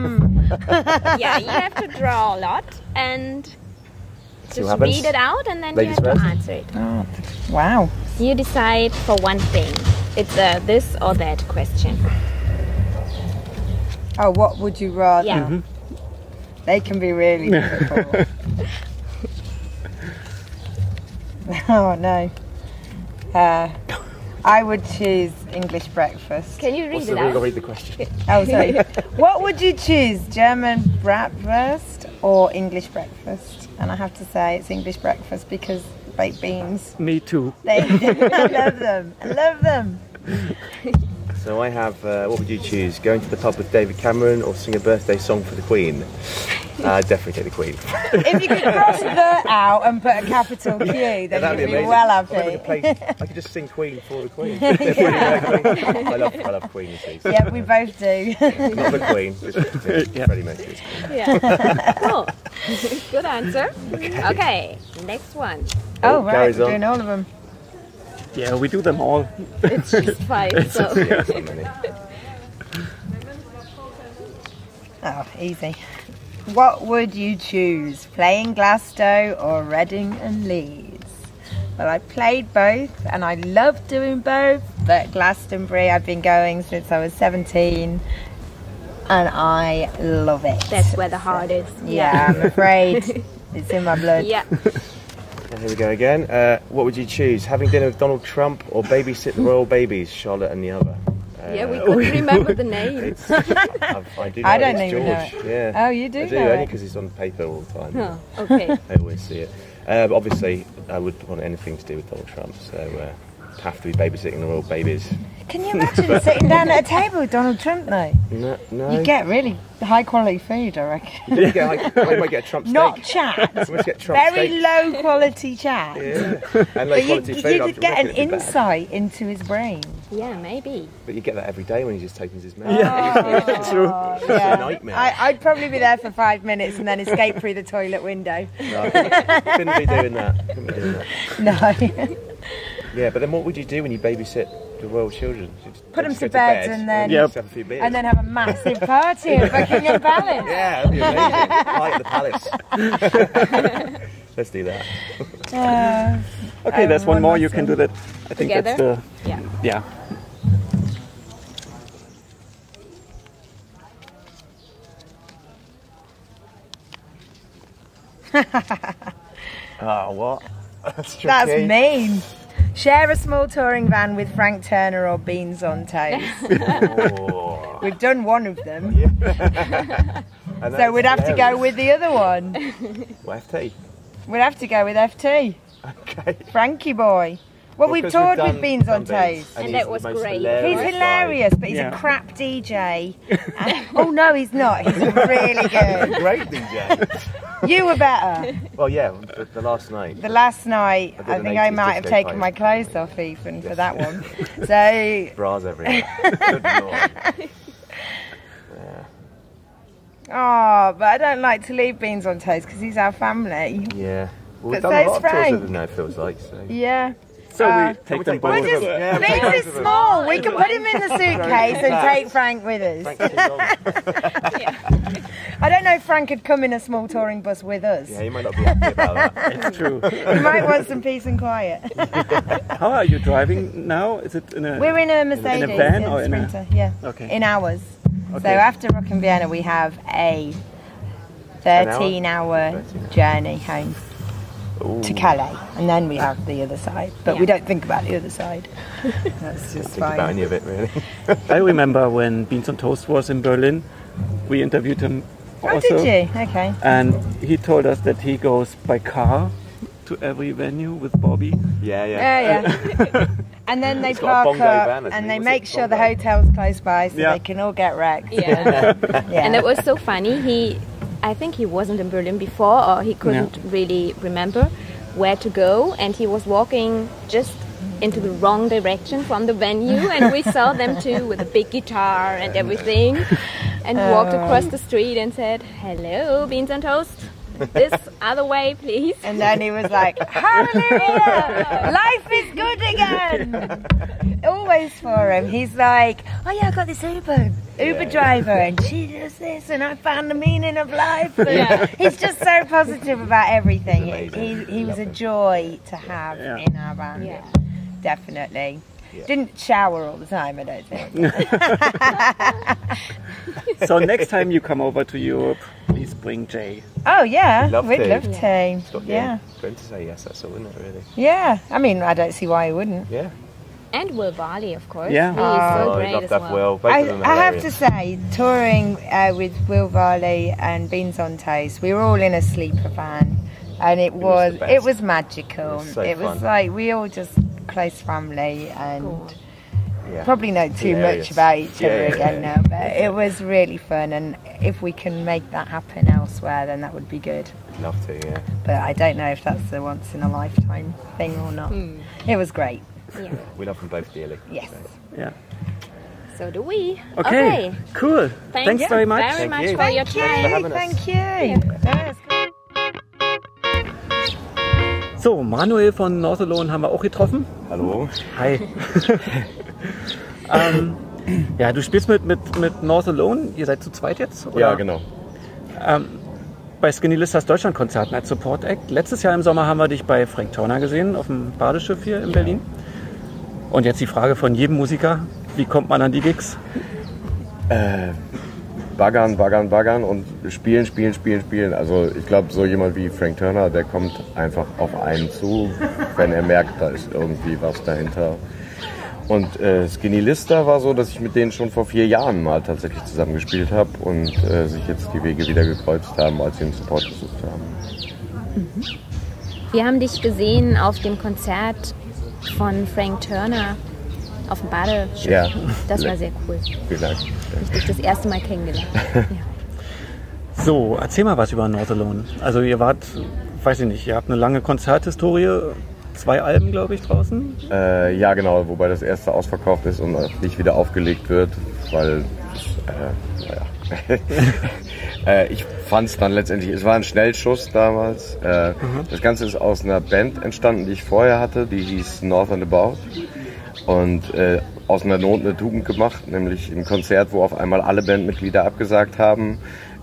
B: yeah, you have to draw a lot and
D: what
B: just
D: happens.
B: read it out and then
D: Ladies
B: you have
D: first.
B: to answer it.
E: Wow.
B: You decide for one thing. It's a this or that question.
E: Oh, what would you rather?
B: Yeah.
C: Mm-hmm.
E: They can be really difficult. oh no. Uh, I would choose English breakfast.
B: Can you read
D: Also,
B: it
D: we've got to
B: out?
D: read the question.
E: Oh, sorry. what would you choose, German bratwurst or English breakfast? And I have to say it's English breakfast because baked beans.
C: me too.
E: They, I love them. I love them.
D: So I have. Uh, what would you choose? Going to the pub with David Cameron or sing a birthday song for the Queen? Uh, I'd definitely take the Queen.
E: If you could cross the out and put a capital Q, then
D: That'd be
E: you'd be,
D: amazing.
E: well
D: I bet we
E: happy.
D: could play- I could just sing Queen for the Queen. I love, I love Queen. You see, so
E: Yeah, we both do.
D: not the Queen. Just
C: Yeah.
D: Freddie Mercury's Queen.
B: Yeah. cool. Good answer. Okay. Next one.
E: Oh,
D: Oh,
E: right,
D: carries
E: we're
D: on.
E: doing all of them.
C: Yeah, we do them all.
E: Um,
B: It's just five. So
D: Yeah, so many.
E: Oh, easy. What would you choose, playing Glasgow or Reading and Leeds? Well, I played both and I love doing both, but Glastonbury I've been going since I was 17 and I love it.
B: that's where the heart is.
E: yeah, I'm afraid it's in my blood.
B: Yeah.
D: And here we go again. Uh, what would you choose? Having dinner with Donald Trump or babysit the royal babies, Charlotte and the other? Uh,
B: Yeah, we couldn't remember the name.
D: I've- I, do know
E: I don't
D: it's
E: even know
D: George. Yeah.
E: Oh, you do
D: I do,
E: know
D: only
E: it.
D: because it's on paper all the time.
B: Oh, okay.
D: I always see it. Uh, but obviously, I wouldn't want anything to do with Donald Trump, so uh, it'd have to be babysitting the royal babies.
E: Can you imagine sitting down at a table with Donald Trump though?
D: No, no.
E: You get really high quality food, I reckon.
D: You get, like, I might get a Trump steak.
E: Not chat.
D: We must get Trump
E: Very
D: steak.
E: low quality chat.
D: Yeah. And low
E: But you,
D: quality
E: you
D: food.
E: could
D: I'm
E: get
D: reckon
E: an
D: it'd be bad.
E: insight into his brain.
B: Yeah, maybe.
D: But you get that every day when he just opens his mouth. Yeah.
E: Yeah.
D: nightmare.
E: I, I'd probably be there for five minutes and then escape through the toilet window.
D: Couldn't be doing that. Couldn't be doing that.
E: No.
D: Yeah, but then what would you do when you babysit the royal children? You just-
E: Put 'em
D: just
E: to
D: go
E: bed and then-
D: you
C: Yep.
D: just have a few beers.
E: and then have a massive party at Buckingham Palace.
D: yeah, that'd be amazing. Light at the palace. Let's do that.
C: Okay, there's one more. You can do that. I think that's
B: Together?
C: the
B: Yeah.
C: yeah.
D: Oh, what? That's tricky.
E: That's mean. Share a small touring van with Frank Turner or Beans on Toast.
D: Oh.
E: We've done one of them,
D: And
E: so
D: that's
E: we'd have to go
D: hilarious.
E: with the other one.
D: Well, FT.
E: We'd have to go with FT,
D: Okay.
E: Frankie Boy. Well, we've
G: 'cause
E: toured with
G: done
E: Beans on
G: Sundays,
E: Toast.
B: And
G: he's
B: that
G: the
B: was
G: most
B: great. He's
E: He's
G: guy.
E: hilarious, but he's
C: Yeah.
E: a crap DJ. And- oh no, he's not. He's really good.
G: Great DJ.
E: You were better.
G: well, yeah, the, the last night.
E: The last night,
G: I did
E: I,
G: an
E: think I
G: 80s
E: might have
G: disco
E: taken
G: party.
E: my clothes off even for that one. So,
G: Bras everywhere. Good lord.
E: oh, but I don't like to leave Beans on Toast because he's our family.
G: Yeah. Well,
E: But
G: we've done
E: so
G: a lot of tours
E: it's Frank.
G: with them now, it feels like. So.
E: Yeah.
A: So
E: Uh,
A: we take them
E: We're
A: both.
E: just,
G: Yeah, we'll take
E: Beans
G: both
E: is
G: of them.
E: small. We can put him in the suitcase and take Frank with us.
G: Frank's too long.
E: I don't know if Frank could come in a small touring bus with us.
G: Yeah, you might not be happy about that.
A: True.
E: He might want some peace and quiet.
A: How
C: Ah,
A: are you driving now? Is it in a?
E: We're in a Mercedes.
A: van
E: yeah,
A: or in a-
E: Sprinter, yeah.
A: Okay.
E: In hours. So
A: Okay.
E: after Rock and Vienna, we have a 13 hour,
G: 13
E: journey home to Calais, and then we have the other side. But we
B: Yeah.
E: don't think about the other side. That's just
G: Think about
E: fine.
G: any of it, really.
A: I remember when Beans on Toast was in Berlin, we interviewed him
E: Oh,
A: also,
E: did you? Okay.
A: and he told us that he goes by car to every venue with Bobby.
G: Yeah, yeah.
E: Oh, Yeah, yeah. and then they
G: He's got a
E: park
G: bongo
E: up,
G: van, hasn't
E: and
G: he?
E: they
G: What's
E: make
G: it,
E: sure the
G: bongo?
E: hotel's close by, so
A: Yeah.
E: they can all get wrecked.
B: Yeah.
E: Yeah.
B: and it was so funny. He, I think he wasn't in Berlin before, or he couldn't really remember where to go, and he was walking just into the wrong direction from the venue, and we saw them too with a big guitar and
A: uh,
B: everything, and walked
A: Oh.
B: across the street and said, "Hello, beans and toast." This other way, please.
E: And then he was like, Hallelujah! Life is good again! Always for him. He's like, Oh yeah, I got this Uber Uber driver and she does this and I found the meaning of life. And
B: Yeah.
E: He's just so positive about everything.
G: He's
E: He,
G: amazing.
E: he was a
G: Love him.
E: joy to have
A: Yeah.
E: in our band.
B: Yeah.
E: Definitely.
G: Yeah.
E: Didn't shower all the time, I don't think.
A: So next time you come over to Europe, please bring Jay.
E: Oh yeah,
G: Love
E: we'd
G: to.
E: love to.
G: Stop yeah.
E: Yeah.
G: Going to say yes, that's all, isn't it, really?
E: Yeah. I mean, I don't see why he wouldn't.
G: Yeah.
B: And Will Barley, of course.
A: Yeah.
B: He's
G: Oh,
B: so
G: I
B: great
G: love
B: as
G: that
B: well.
G: well. Both
E: I,
G: of them are
E: I have to
G: hilarious.
E: say, touring uh, with Will Varley and Beans on Toast, we were all in a sleeper van, and it
G: was
E: was
G: the
E: it was,
G: best.
E: magical.
G: It was so fun.
E: like we all just close family and.
B: Cool.
G: Yeah.
E: Probably know too
G: Hilarious.
E: much about each
G: Yeah,
E: other
G: yeah,
E: again
G: yeah.
E: now, but it was really fun. And if we can make that happen elsewhere, then that would be good.
G: Love to, yeah.
E: But I don't know if that's the once in a lifetime thing or not.
G: Hmm.
E: It was great.
B: Yeah.
G: We love them both dearly.
E: Yes.
A: Yeah.
B: So do we.
A: Okay. Cool. Thanks very much.
B: Very
G: Thank
B: much
G: you.
B: for your
E: Yay,
B: time.
G: having us.
E: thank you. No, it's good.
A: So Manuel von North Alone haben wir auch getroffen.
G: Hallo.
A: Hi. ähm, ja, du spielst mit, mit, mit North Alone. Ihr seid zu zweit jetzt? Oder?
G: Ja, genau.
A: bei Skinny Listers Deutschlandkonzerten als Support Act. Letztes Jahr im Sommer haben wir dich bei Frank Turner gesehen, auf dem Badeschiff hier in Berlin. Und jetzt die Frage von jedem Musiker, wie kommt man an die Gigs?
D: baggern, baggern, baggern und spielen, spielen, spielen, spielen. Also ich glaube, so jemand wie Frank Turner, der kommt einfach auf einen zu, wenn er merkt, da ist irgendwie was dahinter. Und äh, Skinny Lister war so, dass ich mit denen schon vor vier Jahren mal tatsächlich zusammengespielt habe und äh, sich jetzt die Wege wieder gekreuzt haben, als sie den Support gesucht haben.
B: Wir haben dich gesehen auf dem Konzert von Frank Turner auf dem Badeschiff.
D: Ja,
B: Das war sehr cool.
D: vielen Dank.
B: Ich dich das erste Mal kennengelernt. Ja.
A: So, erzähl mal was über North Alone. Also ihr wart, weiß ich nicht, ihr habt eine lange Konzerthistorie, zwei Alben, glaube ich, draußen.
D: Äh, ja, genau, wobei das erste ausverkauft ist und auch nicht wieder aufgelegt wird, weil. Äh, naja. äh, ich fand es dann letztendlich, es war ein Schnellschuss damals. Äh, Das Ganze ist aus einer Band entstanden, die ich vorher hatte, die hieß North and About. Und äh, aus einer Not eine Tugend gemacht, nämlich ein Konzert, wo auf einmal alle Bandmitglieder abgesagt haben.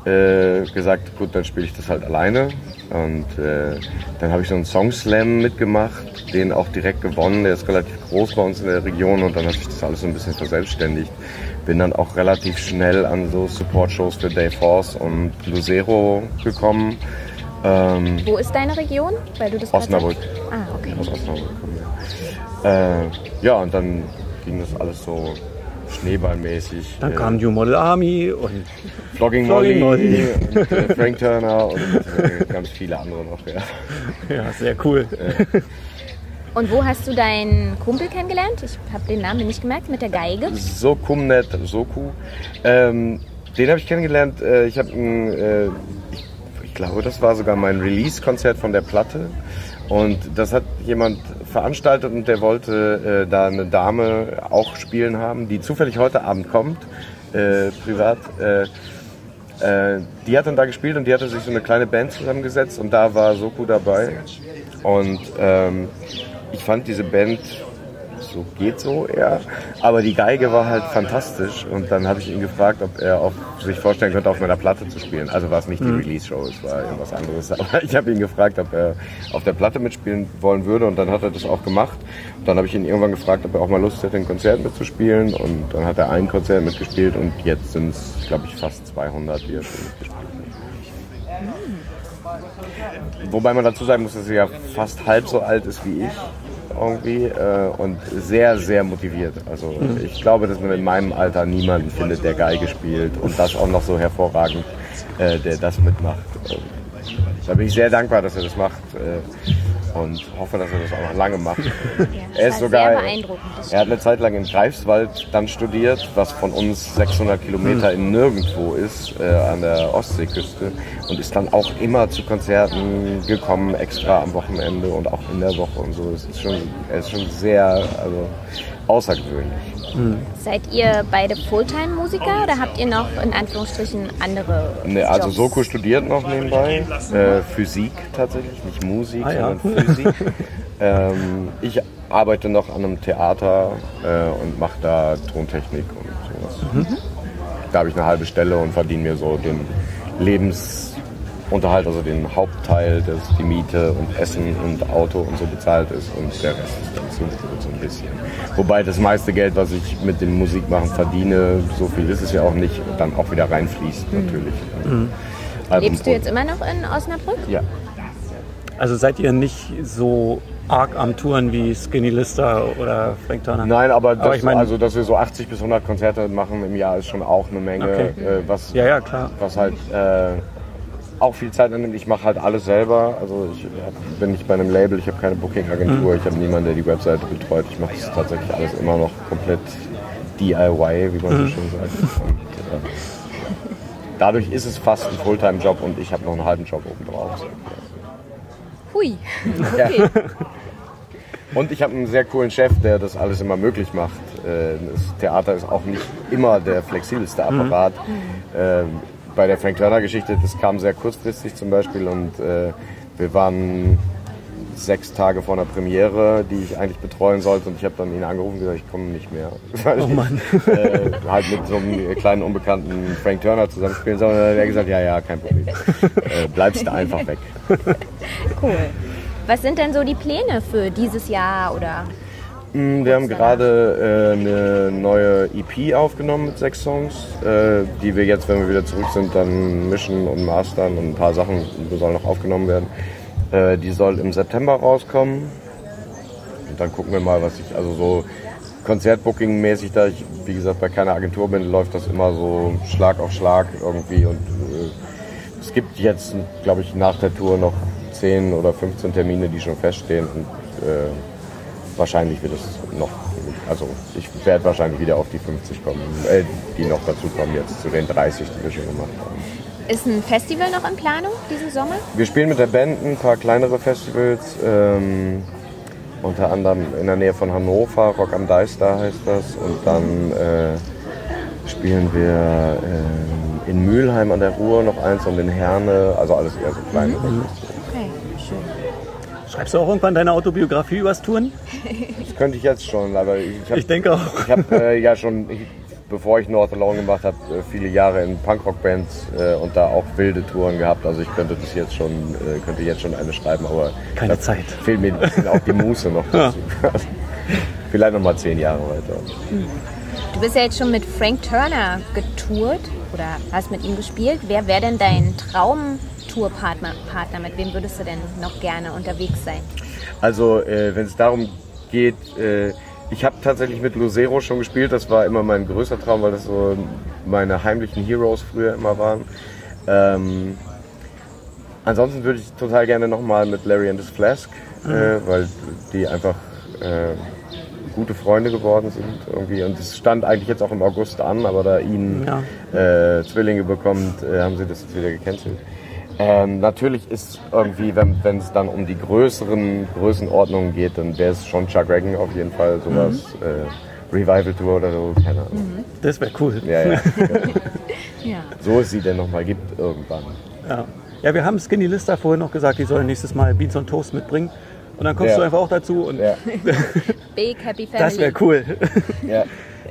D: Äh, gesagt, gut, dann spiele ich das halt alleine. Und äh, dann habe ich so einen Song Slam mitgemacht, den auch direkt gewonnen. Der ist relativ groß bei uns in der Region und dann hat sich das alles so ein bisschen verselbstständigt. Bin dann auch relativ schnell an so Support-Shows für Dave Force und Lucero gekommen. Ähm,
B: Wo ist deine Region? Weil du das gerade
D: Osnabrück.
B: sagst? Ah, okay.
D: aus Osnabrück kommen. Ja. Äh, ja, und dann ging das alles so schneeballmäßig.
A: Dann
D: äh,
A: kam New Model Army und
D: Flogging
A: Flogging
D: Molly,
A: Molly.
D: und, äh, Frank Turner und äh, ganz viele andere noch. Ja.
A: ja, sehr cool.
B: Und wo hast du deinen Kumpel kennengelernt? Ich habe den Namen nicht gemerkt, mit der Geige.
D: Sokumnet Soku. Ähm, den habe ich kennengelernt. Äh, ich habe äh, ich, ich glaube, das war sogar mein Release-Konzert von der Platte. Und das hat jemand veranstaltet und der wollte äh, da eine Dame auch spielen haben, die zufällig heute Abend kommt, äh, privat. Äh, äh, die hat dann da gespielt und die hatte sich so eine kleine Band zusammengesetzt und da war Soku dabei. Und ähm, ich fand diese Band so geht so eher, aber die Geige war halt fantastisch und dann habe ich ihn gefragt, ob er auf, sich vorstellen könnte, auf meiner Platte zu spielen. Also war es nicht die Release-Show, es war irgendwas anderes, aber ich habe ihn gefragt, ob er auf der Platte mitspielen wollen würde und dann hat er das auch gemacht. Und dann habe ich ihn irgendwann gefragt, ob er auch mal Lust hätte, ein Konzert mitzuspielen und dann hat er ein Konzert mitgespielt und jetzt sind es, glaube ich, fast 200, die er schon mitgespielt hat. Wobei man dazu sagen muss, dass er ja fast halb so alt ist wie ich irgendwie äh, und sehr, sehr motiviert. Also ich glaube, dass man in meinem Alter niemanden findet, der Geige spielt und das auch noch so hervorragend, äh, der das mitmacht. Und da bin ich sehr dankbar, dass er das macht äh, und hoffe, dass er das auch noch lange macht. er ist
B: war
D: sogar,
B: sehr beeindruckend, das
D: er hat eine Zeit lang in Greifswald dann studiert, was von uns 600 Kilometer in Nirgendwo ist, äh, an der Ostseeküste und ist dann auch immer zu Konzerten gekommen, extra am Wochenende und auch in der Woche und so. Es ist schon, er ist schon sehr also, außergewöhnlich.
B: Seid ihr beide Fulltime-Musiker oder habt ihr noch in Anführungsstrichen andere
D: Ne, also
B: Jobs?
D: Soko studiert noch nebenbei. Äh, Physik tatsächlich, nicht Musik,
A: Ah, ja.
D: sondern Physik. ähm, ich arbeite noch an einem Theater äh, und mache da Tontechnik und sowas. Da habe ich eine halbe Stelle und verdiene mir so den Lebensunterhalt, also den Hauptteil, dass die Miete und Essen und Auto und so bezahlt ist und der Rest ist dann Zuschlag so ein bisschen. Wobei das meiste Geld, was ich mit dem Musikmachen verdiene, so viel ist es ja auch nicht, dann auch wieder reinfließt natürlich. Album-
B: Mhm. Lebst du jetzt immer noch in Osnabrück?
D: Ja.
A: Also seid ihr nicht so arg am Touren wie Skinny Lister oder Frank Turner?
D: Nein, aber, das,
A: ich meine-
D: also, dass wir so 80 bis 100 Konzerte machen im Jahr ist schon auch eine Menge,
A: Okay.
D: äh, was,
A: Ja, ja, klar.
D: was halt äh, auch viel Zeit annimmt. Ich mache halt alles selber. Also ich hab, bin nicht bei einem Label, ich habe keine Booking-Agentur, ich habe niemanden, der die Webseite betreut. Ich mache das tatsächlich alles immer noch komplett DIY, wie man so schön sagt. Und, äh, dadurch ist es fast ein Fulltime-Job und ich habe noch einen halben Job obendrauf.
B: Hui.
D: Ja.
B: Okay.
D: Und ich habe einen sehr coolen Chef, der das alles immer möglich macht. Äh, Das Theater ist auch nicht immer der flexibelste Apparat. Ähm, Bei der Frank Turner-Geschichte, das kam sehr kurzfristig zum Beispiel und äh, wir waren sechs Tage vor einer Premiere, die ich eigentlich betreuen sollte und ich habe dann ihn angerufen und gesagt, ich komme nicht mehr. Weil oh Mann. Ich, äh, halt mit so einem kleinen unbekannten Frank Turner zusammenspielen soll. Und dann hat er gesagt, ja, ja, kein Problem. Äh, bleibst da einfach weg.
B: Cool. Was sind denn so die Pläne für dieses Jahr oder?
D: Mm, Wir haben gerade äh, eine neue EP aufgenommen mit sechs Songs, äh, die wir jetzt, wenn wir wieder zurück sind, dann mischen und mastern und ein paar Sachen sollen noch aufgenommen werden. Äh, die soll im September rauskommen. Und dann gucken wir mal, was ich, also so Konzertbooking-mäßig, da ich, wie gesagt, bei keiner Agentur bin, läuft das immer so Schlag auf Schlag irgendwie. Und äh, es gibt jetzt, glaube ich, nach der Tour noch 10 oder 15 Termine, die schon feststehen. Und äh, wahrscheinlich wird es noch, also ich werde wahrscheinlich wieder auf die 50 kommen, äh, die noch dazu kommen jetzt zu den 30, die wir schon gemacht haben.
B: Ist ein Festival noch in Planung diesen Sommer?
D: Wir spielen mit der Band ein paar kleinere Festivals, ähm, unter anderem in der Nähe von Hannover, Rock am Deister heißt das. Und dann äh, spielen wir ähm, in Mülheim an der Ruhr noch eins und in Herne, also alles eher so kleine Festivals.
B: Okay, schön.
A: Schreibst du auch irgendwann deine Autobiografie übers Touren?
D: Das könnte ich jetzt schon, aber ich, hab,
A: Ich denke auch.
D: Ich habe äh, ja schon, ich, bevor ich North Alone gemacht habe, äh, viele Jahre in Punkrock-Bands äh, und da auch wilde Touren gehabt. Also ich könnte das jetzt schon, äh, könnte jetzt schon eine schreiben, aber
A: Keine
D: da
A: Zeit.
D: Fehlt mir ein bisschen auch die Muße noch dazu. Vielleicht noch mal zehn Jahre weiter.
B: Du bist ja jetzt schon mit Frank Turner getourt oder hast mit ihm gespielt. Wer wäre denn dein Traum-Tourpartner? Partner? Mit wem würdest du denn noch gerne unterwegs sein?
D: Also, äh, wenn es darum geht, äh, ich habe tatsächlich mit Lucero schon gespielt. Das war immer mein größter Traum, weil das so meine heimlichen Heroes früher immer waren. Ähm, ansonsten würde ich total gerne nochmal mit Larry and his Flask äh, weil die einfach äh, gute Freunde geworden sind irgendwie. Und es stand eigentlich jetzt auch im August an, aber da Ihnen äh, Zwillinge bekommt, äh, haben sie das jetzt wieder gecancelt. Ähm, natürlich ist irgendwie, wenn wenn es dann um die größeren Größenordnungen geht, dann wäre es schon Chuck Reagan auf jeden Fall sowas. Äh, Revival Tour oder so, keine Ahnung.
C: Das wäre cool.
D: Ja, ja.
H: Ja.
D: So es sie denn nochmal gibt irgendwann.
C: Ja. ja, wir haben Skinny Lister vorhin noch gesagt, die sollen nächstes Mal Beans und Toast mitbringen. Und dann kommst
D: Ja.
C: du einfach auch dazu und
D: Ja,
B: Big Happy Family.
C: das wäre cool.
D: ja.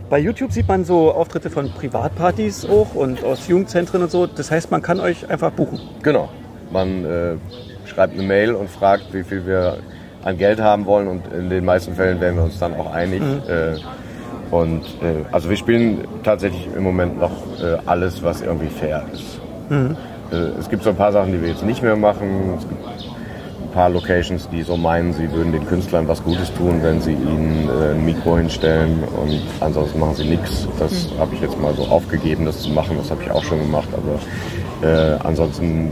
C: Bei YouTube sieht man so Auftritte von Privatpartys auch und aus Jugendzentren und so. Das heißt, man kann euch einfach buchen.
D: Genau. Man äh, schreibt eine Mail und fragt, wie viel wir an Geld haben wollen und in den meisten Fällen werden wir uns dann auch einig. Äh, und äh, also wir spielen tatsächlich im Moment noch äh, alles, was irgendwie fair ist. Äh, es gibt so ein paar Sachen, die wir jetzt nicht mehr machen. Es gibt ein paar Locations, die so meinen, sie würden den Künstlern was Gutes tun, wenn sie ihnen äh, ein Mikro hinstellen und ansonsten machen sie nichts. Das habe ich jetzt mal so aufgegeben, das zu machen. Das habe ich auch schon gemacht. Aber äh, ansonsten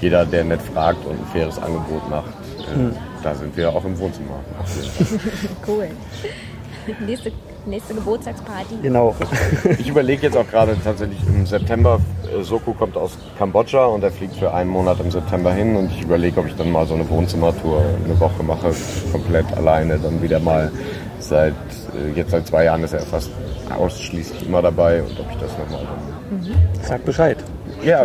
D: jeder, der nett fragt und ein faires Angebot macht, äh, da sind wir auch im Wohnzimmer. Auf jeden Fall.
B: cool. Nächste, nächste Geburtstagsparty.
C: Genau.
D: Ich überlege jetzt auch gerade tatsächlich im September, äh, Soko kommt aus Kambodscha und er fliegt für einen Monat im September hin und ich überlege, ob ich dann mal so eine Wohnzimmertour eine Woche mache, komplett alleine, dann wieder mal seit, äh, jetzt seit zwei Jahren ist er fast ausschließlich immer dabei und ob ich das nochmal dann...
C: Sag Bescheid.
D: Ja,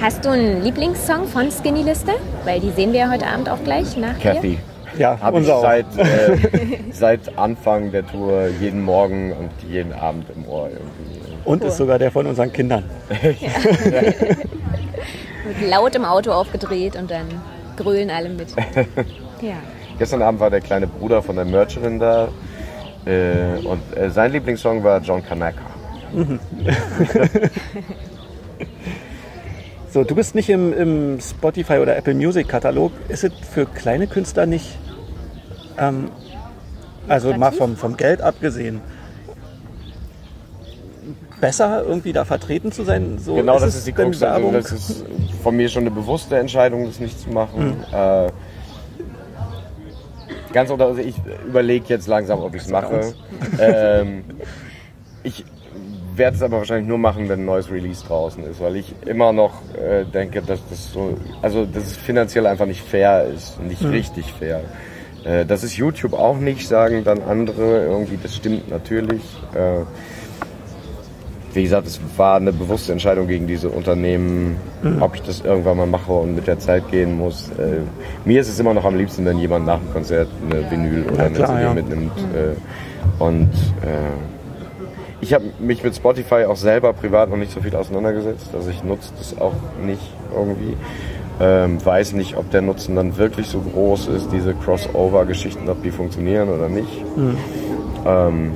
B: Hast du einen Lieblingssong von Skinny Lister? Weil die sehen wir ja heute Abend auch gleich nach dir.
D: Kathy.
C: Ja,
D: Habe ich
C: unser auch.
D: seit, äh, seit Anfang der Tour jeden Morgen und jeden Abend im Ohr irgendwie.
C: Und ist sogar der von unseren Kindern.
B: Wird laut im Auto aufgedreht und dann grölen alle mit. ja.
D: Gestern Abend war der kleine Bruder von der Mercherin da äh, und äh, sein Lieblingssong war John Kanaka.
C: So, du bist nicht im, im Spotify oder Apple Music Katalog. Ist es für kleine Künstler nicht, ähm, also mal vom, vom Geld abgesehen, besser irgendwie da vertreten zu sein? So
D: Genau,
C: ist
D: das
C: es
D: ist die
C: denn
D: Krux. Also
C: Werbung?
D: das ist von mir schon eine bewusste Entscheidung, das nicht zu
C: Hm.
D: machen. Äh, ganz unter, also ich überlege jetzt langsam, ob ich es mache. ähm, ich werde es aber wahrscheinlich nur machen, wenn ein neues Release draußen ist, weil ich immer noch äh, denke, dass das so, also dass es finanziell einfach nicht fair ist, nicht
C: Hm.
D: richtig fair. Äh, das ist YouTube auch nicht, sagen dann andere irgendwie, das stimmt natürlich. Äh, wie gesagt, es war eine bewusste Entscheidung gegen diese Unternehmen,
C: Mhm.
D: ob ich das irgendwann mal mache und mit der Zeit gehen muss. Äh, mir ist es immer noch am liebsten, wenn jemand nach dem Konzert eine Vinyl oder eine
C: klar,
D: CD
C: ja. Mhm.
D: mitnimmt. Äh, und äh, ich habe mich mit Spotify auch selber privat noch nicht so viel auseinandergesetzt. Also ich nutze das auch nicht irgendwie. Ähm, weiß nicht, ob der Nutzen dann wirklich so groß ist, diese Crossover-Geschichten, ob die funktionieren oder nicht. Ähm,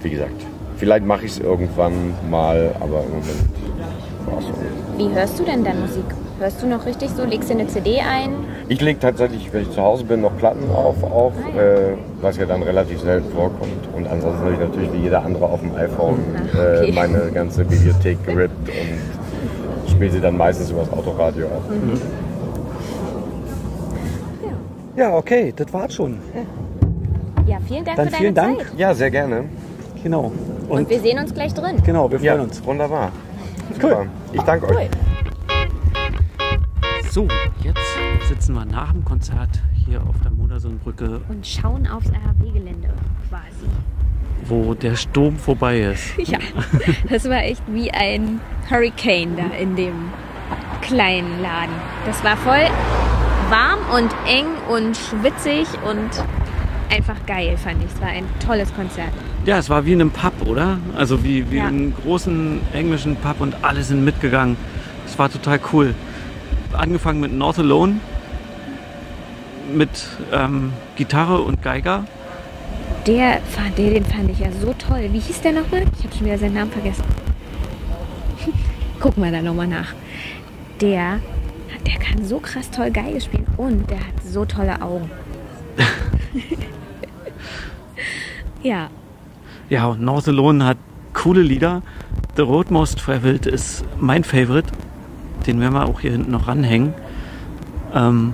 D: wie gesagt, vielleicht mache ich es irgendwann mal, aber im Moment war's so.
B: Wie hörst du denn dann Musik? Hörst du noch richtig so? Legst dir eine CD ein?
D: Ich lege tatsächlich, wenn ich zu Hause bin, noch Platten auf, auf äh, was ja dann relativ selten vorkommt. Und ansonsten habe ich natürlich wie jeder andere auf dem iPhone äh, meine ganze Bibliothek gerippt und spiele sie dann meistens übers Autoradio ab.
C: ja, okay, das war's schon.
B: Ja, vielen Dank
C: Dann
B: für deine
C: vielen Dank.
B: Zeit.
D: Ja, sehr gerne.
C: Genau.
B: Und
C: Und
B: wir sehen uns gleich drin.
A: Oh,
C: genau, wir freuen
D: Ja,
C: uns.
D: wunderbar. Super. Ich danke euch.
A: So, jetzt sitzen wir nach dem Konzert hier auf der Modersohnbrücke,
H: Und schauen aufs RHW-Gelände quasi.
A: wo der Sturm vorbei ist.
B: Ja, das war echt wie ein Hurricane da in dem kleinen Laden. Das war voll warm und eng und schwitzig und einfach geil, fand ich. Es war ein tolles Konzert.
A: Ja, es war wie in einem Pub, oder? Also wie, wie
B: Ja.
A: in einem großen englischen Pub und alle sind mitgegangen. Es war total cool. Angefangen mit North Alone, mit ähm, Gitarre und Geiger.
B: Der fand, den, den fand ich ja so toll. Wie hieß der nochmal? Ich habe schon wieder seinen Namen vergessen. Gucken wir da nochmal nach. Der, der kann so krass toll Geige spielen und der hat so tolle Augen. ja,
A: Ja, und North Alone hat coole Lieder. The Road Most Traveled ist mein Favorite. Den werden wir auch hier hinten noch ranhängen. Ähm,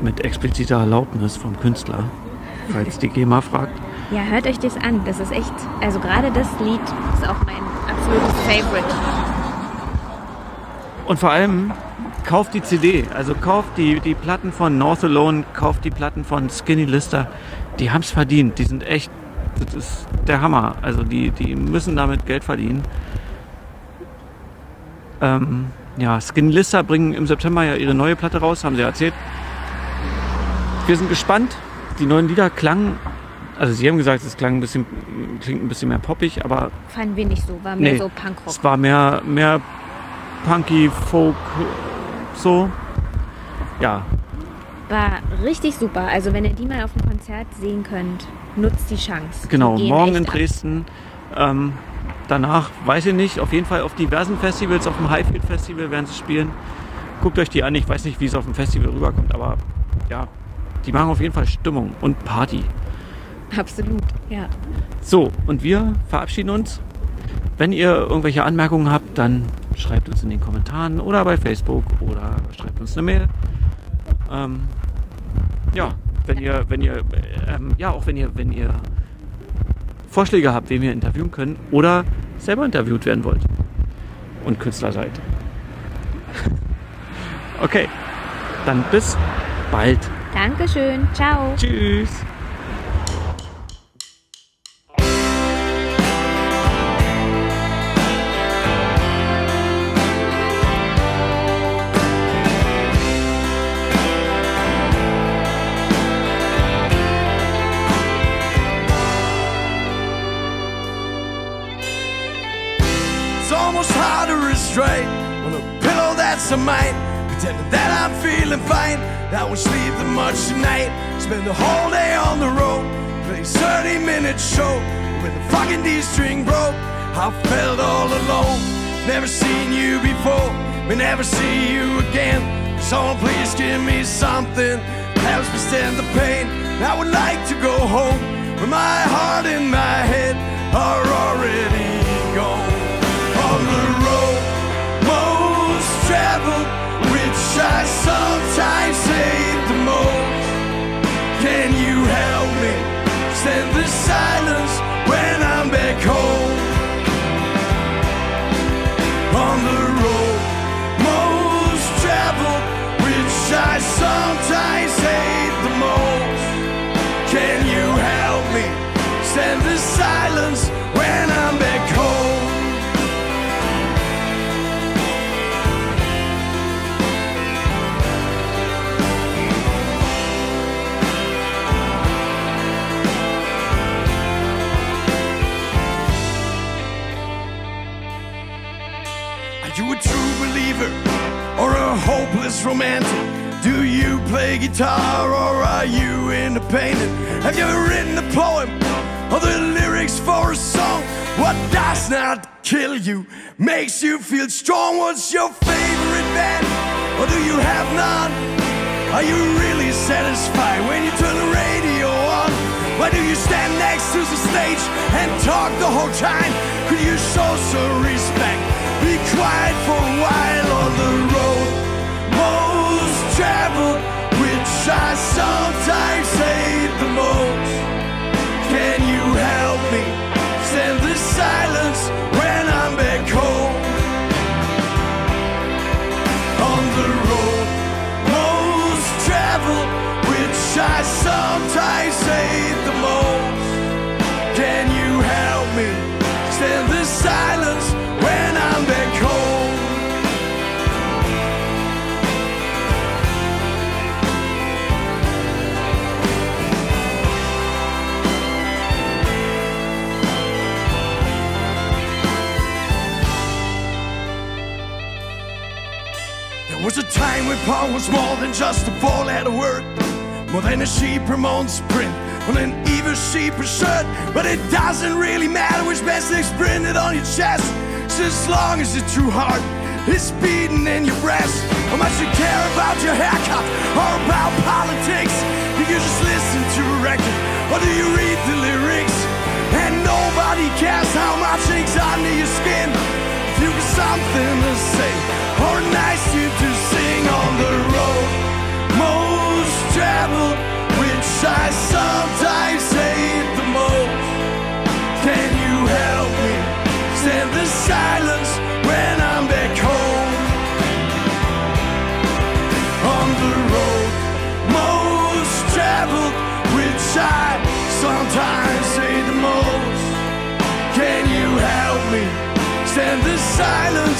A: mit expliziter Erlaubnis vom Künstler, falls die GEMA fragt.
B: Ja, hört euch das an. Das ist echt, also gerade das Lied ist auch mein absolutes Favorite.
A: Und vor allem kauft die CD, also kauft die, die Platten von North Alone, kauft die Platten von Skinny Lister. Die haben's verdient, die sind echt, das ist der Hammer. Also die, die müssen damit Geld verdienen. Ähm, ja, Skinny Lister bringen im September ja ihre neue Platte raus, haben sie ja erzählt. Wir sind gespannt. Die neuen Lieder klangen, also sie haben gesagt, es klang ein bisschen, klingt ein bisschen mehr poppig, aber
B: Fanden wir nicht so, war mehr
A: Nee.
B: so Punkrock.
A: es war mehr, mehr punky, folk, so. Ja,
B: War richtig super. Also wenn ihr die mal auf dem Konzert sehen könnt, nutzt die Chance. Die
A: Genau,
B: gehen
A: morgen
B: echt
A: in
B: ab.
A: Dresden. Ähm, danach, weiß ich nicht, auf jeden Fall auf diversen Festivals, auf dem Highfield Festival werden sie spielen. Guckt euch die an, ich weiß nicht, wie es auf dem Festival rüberkommt, aber ja, die machen auf jeden Fall Stimmung und Party.
B: Absolut, ja.
A: So, und wir verabschieden uns. Wenn ihr irgendwelche Anmerkungen habt, dann schreibt uns in den Kommentaren oder bei Facebook oder schreibt uns eine Mail. Ähm, ja, wenn ihr, wenn ihr, ähm, ja, auch wenn ihr, wenn ihr Vorschläge habt, wen wir interviewen können oder selber interviewt werden wollt und Künstler seid. Okay, dann bis bald.
B: Dankeschön, ciao.
A: Tschüss.
I: It's almost hard to restrain on a pillow that's a mine. Pretending that I'm feeling fine. I won't sleep that much tonight. Spend the whole day on the road. Play 30 minute show with the fucking D string broke. I felt all alone. Never seen you before. May never see you again. Someone please give me something that helps me stand the pain. I would like to go home, but my heart and my head are already gone on the road most traveled, which I sometimes hate the most. Can you help me stand the silence when I'm back home? On the road most traveled, which I sometimes hate the most. Can you help me stand the silence when I'm back home? Are you a true believer or a hopeless romantic? Do you play guitar or are you into painting? Have you ever written a poem or the lyrics for a song? What does not kill you makes you feel strong. What's your favorite band or do you have none? Are you really satisfied when you turn the radio on? Why do you stand next to the stage and talk the whole time? Could you show some respect? Be quiet for a while on the road. Most traveled, which I sometimes hate the most. Can you help me stand the silence when I'm back home? on the road most traveled, which I sometimes hate the most. Can you help me stand the silence when I'm back home? There was a time when Paul was more than just a four-letter word, more than a sheep from on print, more than even sheep or shirt. But it doesn't really matter which message printed on your chest, just as long as your true heart is beating in your breast. How much you care about your haircut or about politics? Do you just listen to a record or do you read the lyrics? And nobody cares how much ink under your skin. If you got something to say, or nice you to sing on the road. Most silent